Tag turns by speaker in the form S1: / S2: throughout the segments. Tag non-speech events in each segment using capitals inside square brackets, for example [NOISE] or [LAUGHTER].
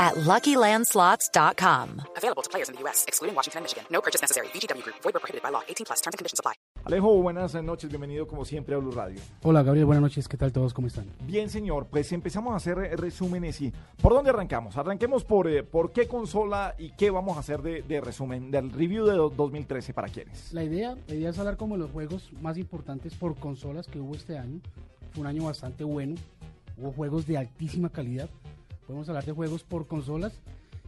S1: at LuckyLandSlots.com.
S2: Available to players in the U.S., excluding Washington and Michigan. No purchase necessary. VGW Group. Void where prohibited by law. 18 plus. Terms and conditions apply.
S3: Alejo, buenas noches, bienvenido como siempre a Blue Radio.
S4: Hola Gabriel, buenas noches, ¿qué tal todos? ¿Cómo están?
S3: Bien, señor, pues empezamos a hacer eh, resúmenes y ¿por dónde arrancamos? Arranquemos por, eh, por qué consola y qué vamos a hacer de, de resumen, del review de do- 2013 para quienes.
S4: La idea, la idea es hablar como de los juegos más importantes por consolas que hubo este año. Fue un año bastante bueno, hubo juegos de altísima calidad. Podemos hablar de juegos por consolas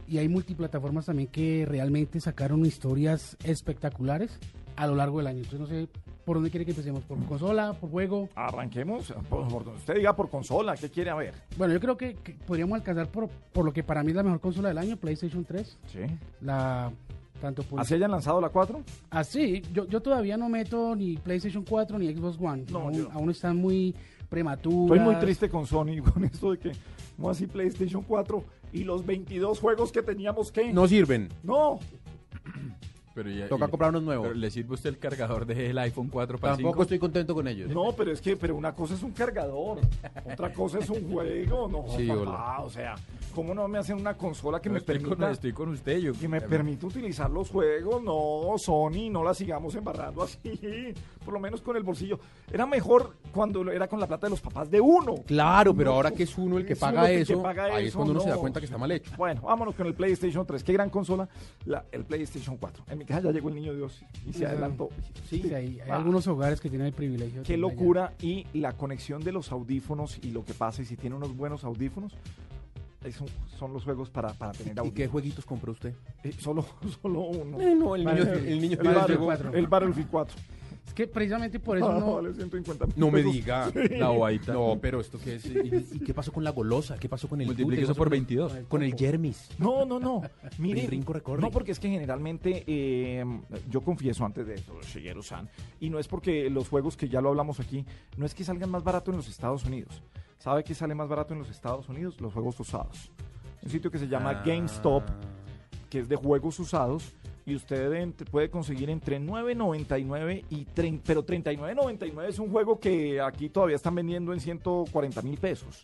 S4: y hay multiplataformas también que realmente sacaron historias espectaculares a lo largo del año. Entonces no sé por dónde quiere que empecemos, por consola, por juego.
S3: Arranquemos, por, por donde usted diga por consola, ¿qué quiere a ver?
S4: Bueno, yo creo que, que podríamos alcanzar por, por lo que para mí es la mejor consola del año, PlayStation 3.
S3: Sí.
S4: La tanto por
S3: ¿Así hayan lanzado la 4?
S4: Así, Ah, yo, yo todavía no meto ni PlayStation 4 ni Xbox One.
S3: No,
S4: aún,
S3: yo no.
S4: aún están muy prematuras.
S3: Estoy muy triste con Sony [LAUGHS] con esto de que, no así PlayStation 4 y los 22 juegos que teníamos que...
S5: no sirven.
S3: No,
S6: Pero ya,
S5: Toca
S6: y-
S5: comprar unos nuevos.
S6: pero ¿Le sirve a usted el cargador del iPhone 4 para
S5: Tampoco
S6: 5?
S5: estoy contento con ellos.
S3: No, pero es que, pero una cosa es un cargador, otra cosa es un juego, no,
S5: Sí,
S3: papá, o sea, ¿cómo no me hacen una consola que me
S6: estoy, con,
S3: permita,
S6: estoy con usted. Yo,
S3: que me permita utilizar los juegos? No, Sony, no la sigamos embarrando así, por lo menos con el bolsillo. Era mejor cuando lo- era con la plata de los papás de uno.
S5: Claro, pero
S3: No,
S5: ahora que es uno el que
S3: es
S5: paga
S3: uno el que
S5: eso,
S3: paga
S5: ahí es
S3: eso,
S5: cuando uno se da
S3: no.
S5: cuenta que está mal hecho.
S3: Bueno, vámonos con el PlayStation 3, qué gran consola, la- el PlayStation 4. En mi casa ya llegó el niño Dios y se
S4: Ya.
S3: adelantó.
S4: Sí, hay, hay
S3: Ah.
S4: algunos hogares que tienen el privilegio. de
S3: Qué
S4: tener ya.
S3: locura y la conexión de los audífonos y lo que pasa y si tiene unos buenos audífonos. es un- son los juegos para, para tener
S5: [LAUGHS] ¿Y qué
S3: audífonos.
S5: jueguitos compró usted?
S3: Eh, solo, [LAUGHS] solo
S5: [LAUGHS]
S3: uno.
S5: Eh, No, el niño,
S3: Vale.
S5: el
S3: el,
S5: niño
S3: Battlefield
S5: llegó.
S3: 4. el Battlefield 4.
S4: Es que precisamente
S3: [LAUGHS]
S4: por eso
S3: Ah,
S4: no.
S3: vale 150
S5: Pues No me
S3: pesos.
S5: diga. [LAUGHS]
S6: La guaita.
S5: No, pero esto qué es. ¿Y, y qué pasó con la golosa? ¿Qué pasó con el
S6: Multiplique
S5: gluten?
S6: eso
S5: ¿Qué
S6: por
S5: pasó
S6: 22.
S5: con- Con el Jermis.
S3: No, no, no. Mire,
S5: Rin, rinco, recorre.
S3: no, porque es que generalmente eh, yo confieso antes de eso, Shigeru-san, y no es porque los juegos que ya lo hablamos aquí, no es que salgan más barato en los Estados Unidos. ¿Sabe qué sale más barato en los Estados Unidos? Los juegos usados. Un sitio que se llama GameStop, que es de juegos usados. Y usted en- puede conseguir entre 9.99 y 30, pero 39.99 es un juego que aquí todavía están vendiendo en 140 mil pesos.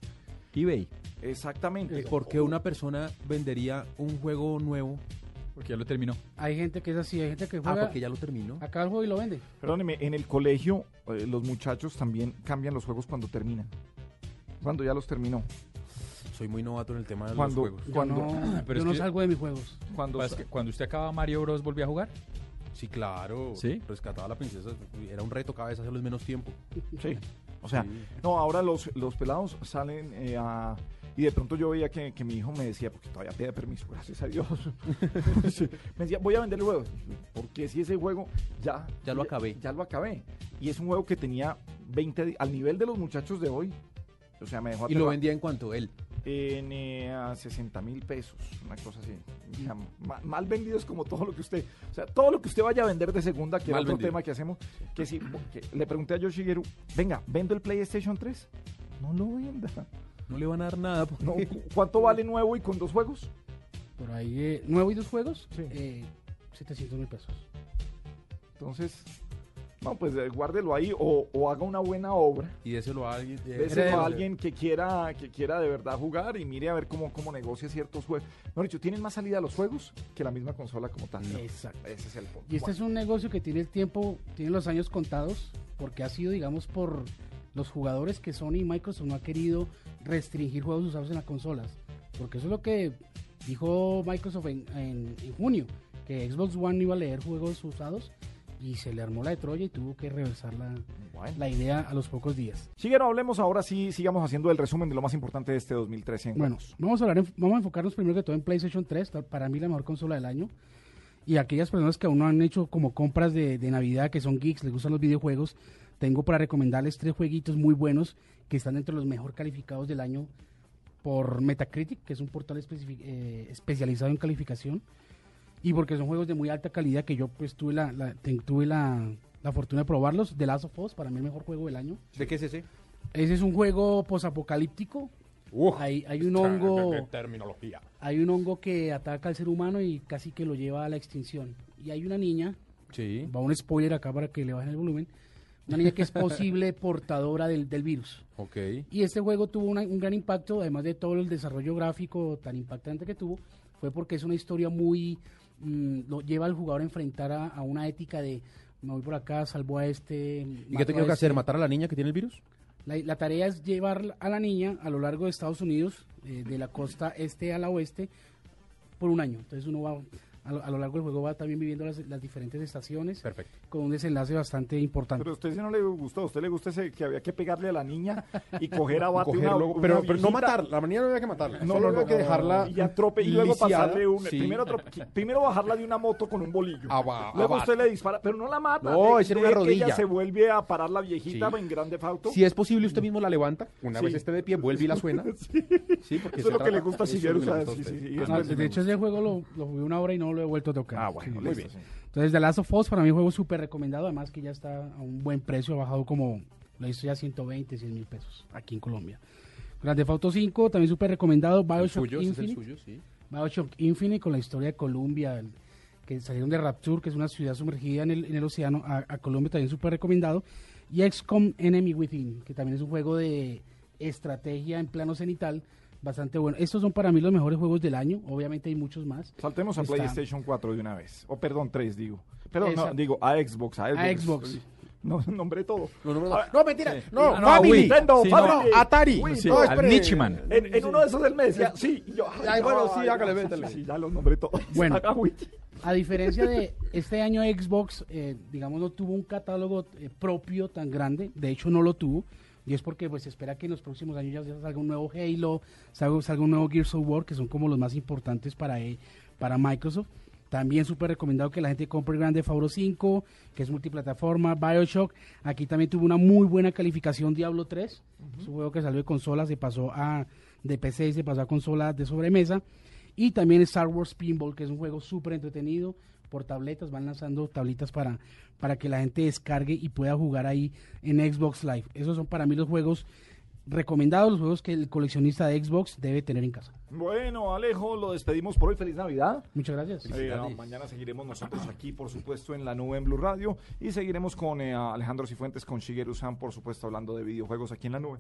S5: eBay.
S3: Exactamente.
S5: ¿Por qué una persona vendería un juego nuevo?
S6: Porque ya lo terminó.
S4: Hay gente que es así, hay gente que
S5: Ah,
S4: juega
S5: porque ya lo terminó.
S4: acá el juego y lo vende.
S3: Perdóneme, en el colegio eh, los muchachos también cambian los juegos cuando terminan. Cuando ya los terminó.
S5: Soy muy novato en el tema de los
S3: Cuando,
S5: juegos.
S4: Yo
S3: cuando, [CLEARS THROAT]
S4: no, yo
S6: pero es
S4: no
S6: que-
S4: salgo de mis juegos.
S3: cuando
S6: Pas- Pues que Cuando usted acaba Mario Bros, ¿volvió a jugar?
S5: Sí, claro.
S6: ¿Sí?
S5: Rescataba a la princesa. Era un reto cada vez hacerlo en menos tiempo.
S3: Sí. O sea, no, ahora los, los pelados salen eh, a... Y de pronto yo veía que, que mi hijo me decía, porque todavía pide permiso, gracias a Dios. [LAUGHS] Sí, me decía, voy a vender el juego. Porque si ese juego ya...
S5: Ya lo acabé.
S3: Ya, lo acabé. Y es un juego que tenía 20... di- Al nivel de los muchachos de hoy. O sea, me dejó
S5: ¿Y lo
S3: aterra-
S5: vendía en cuanto él?
S3: en eh, a 60 mil pesos, una cosa así. O sea, ma- mal vendidos como todo lo que usted, o sea, todo lo que usted vaya a vender de segunda, que era
S6: Mal
S3: otro
S6: vendido.
S3: tema que hacemos, que si que le pregunté a Yoshigeru, venga, ¿vendo el PlayStation 3? No lo venda.
S5: No le van a dar nada. porque-
S3: No, ¿cu- ¿Cuánto vale nuevo y con dos juegos?
S4: Por ahí, eh, nuevo y dos juegos,
S3: Sí.
S4: eh, 700 mil pesos.
S3: Entonces, no, pues eh, guárdelo ahí o, o haga una buena obra.
S5: Y déselo a alguien. eh,
S3: Déselo
S5: heredero.
S3: a alguien que quiera, que quiera de verdad jugar y mire a ver cómo, cómo negocia ciertos juegos. No, dicho, tienen más salida los juegos que la misma consola como tal.
S4: Exacto.
S3: Ese es el punto.
S4: Y este
S3: Bueno.
S4: es un negocio que tiene el tiempo, tiene los años contados, porque ha sido, digamos, por los jugadores que Sony y Microsoft no ha querido restringir juegos usados en las consolas. Porque eso es lo que dijo Microsoft en, en- en junio, que Xbox One iba a leer juegos usados y se le armó la de Troya y tuvo que reversar la,
S3: Bueno.
S4: la idea a los pocos días.
S3: Shigeru, hablemos ahora sí, sigamos haciendo el resumen de lo más importante de este 2013. en
S4: Bueno,
S3: juegos.
S4: vamos a, hablar en- vamos a enfocarnos primero que todo en PlayStation 3, tal- para mí la mejor consola del año. Y aquellas personas que aún no han hecho como compras de, de Navidad, que son geeks, les gustan los videojuegos, tengo para recomendarles tres jueguitos muy buenos que están entre los mejor calificados del año por Metacritic, que es un portal especifi- eh, especializado en calificación, y porque son juegos de muy alta calidad que yo pues tuve la, la- ten- tuve la la fortuna de probarlos. The Last of Us, para mí el mejor juego del año.
S7: ¿De qué es ese?
S4: Ese es un juego posapocalíptico. Hay, hay un hongo,
S7: Terminología.
S4: hay un hongo que ataca al ser humano y casi que lo lleva a la extinción. Y hay una niña,
S5: Sí.
S4: va un spoiler acá para que le bajen el volumen, una niña que es posible portadora del, del virus.
S5: Ok.
S4: Y este juego tuvo una- un gran impacto, además de todo el desarrollo gráfico tan impactante que tuvo, fue porque es una historia muy... mm, lo lleva al jugador a enfrentar a, a una ética de me voy por acá, salvo a este...
S5: ¿Y qué tengo que hacer? ¿Matar a la niña que tiene el virus?
S4: La, la tarea es llevar a la niña a lo largo de Estados Unidos, eh, de la costa este a la oeste, por un año. Entonces uno va, a lo, a lo largo del juego va también viviendo las, las diferentes estaciones,
S5: Perfecto.
S4: con un desenlace bastante importante.
S3: Pero a usted si no le gustó, a usted le gusta ese que había que pegarle a la niña y coger
S5: [LAUGHS]
S3: a bate una-
S5: Cogerlo,
S3: una
S5: pero, pero no
S3: viejita
S5: matarla. La niña no había que matarla.
S3: No,
S5: solo
S3: no,
S5: había
S3: no,
S5: que dejarla.
S3: y ya trope y luego
S5: lisiada,
S3: pasarle un
S5: sí.
S3: primero, trope- primero bajarla de una moto con un bolillo
S5: Ah, va,
S3: luego
S5: ah, va.
S3: usted le dispara pero no la mata
S5: No,
S3: de-
S5: esa era una
S3: de que ella
S5: rodilla.
S3: se vuelve a parar la viejita
S5: Sí.
S3: en grande fauto
S5: Si es posible, usted mismo la levanta. Una
S3: Sí.
S5: vez esté de pie, vuelve y
S3: [LAUGHS]
S5: la suena. Sí, porque
S3: eso es
S5: se
S3: lo que le
S5: trata-
S3: gusta a
S5: eso es
S3: Siguero
S5: lo que le
S3: usar,
S5: gusta a
S3: sí, sí,
S5: usted.
S3: sí,
S5: Ah,
S3: es
S4: No,
S3: pues,
S4: de hecho, ese juego lo, lo jugué una hora y no lo he vuelto a tocar.
S3: ah bueno
S4: Sí,
S3: muy
S4: listo.
S3: bien
S4: Entonces, The Last of Us para mí es un juego súper recomendado. Además, que ya está a un buen precio, ha bajado como lo hizo ya 120, 100 mil pesos aquí en Colombia. Grand Theft Auto 5, también súper recomendado.
S5: El
S4: Bioshock
S5: suyo, ese es el
S4: Infinite.
S5: suyo, sí.
S4: Bioshock Infinite con la historia de Colombia, el- que salieron de Rapture, que es una ciudad sumergida en el, en el océano. A, a Colombia también súper recomendado. Y XCOM Enemy Within, que también es un juego de estrategia en plano cenital. Bastante bueno. Estos son para mí los mejores juegos del año. Obviamente hay muchos más.
S3: saltemos a
S4: Está.
S3: PlayStation 4 de una vez o perdón 3 digo pero no
S4: Esa-
S3: digo a Xbox a Xbox,
S4: A Xbox.
S3: no [LAUGHS] nombré todo
S5: No, no, no.
S3: A ver,
S5: No, mentira. No,
S6: Ah, no,
S5: Family.
S6: Wii.
S3: Nintendo,
S6: Sí,
S5: No,
S3: Family.
S5: no, Atari.
S6: Sí,
S5: No,
S6: al
S5: espere.
S6: Nichiman.
S3: en, en uno de esos él me decía sí y yo ay,
S5: Ay, bueno, sí,
S3: ay,
S5: hágale,
S3: no,
S5: métale.
S3: sí, ya los nombré [LAUGHS] todos
S4: Bueno.
S3: Haga wiki.
S4: A diferencia de este año Xbox, eh, digamos, no tuvo un catálogo eh, propio tan grande, de hecho no lo tuvo, y es porque pues se espera que en los próximos años ya ya salga un nuevo Halo, salga, salga un nuevo Gears of War, que son como los más importantes para, eh, para Microsoft. También súper recomendado que la gente compre Grande Fauro 5, que es multiplataforma, Bioshock. Aquí también tuvo una muy buena calificación Diablo 3, es un juego que salió de consola, se pasó a de PC y se pasó a consola de sobremesa. Y también Star Wars Pinball, que es un juego súper entretenido por tabletas. Van lanzando tablitas para, para que la gente descargue y pueda jugar ahí en Xbox Live. Esos son para mí los juegos recomendados, los juegos que el coleccionista de Xbox debe tener en casa.
S3: bueno Alejo lo despedimos por hoy feliz Navidad
S4: Muchas gracias.
S3: Eh, no, mañana seguiremos nosotros aquí, por supuesto, en la nube en Blue Radio y seguiremos con eh, Alejandro Cifuentes, con Shigeru San, por supuesto, hablando de videojuegos aquí en la nube.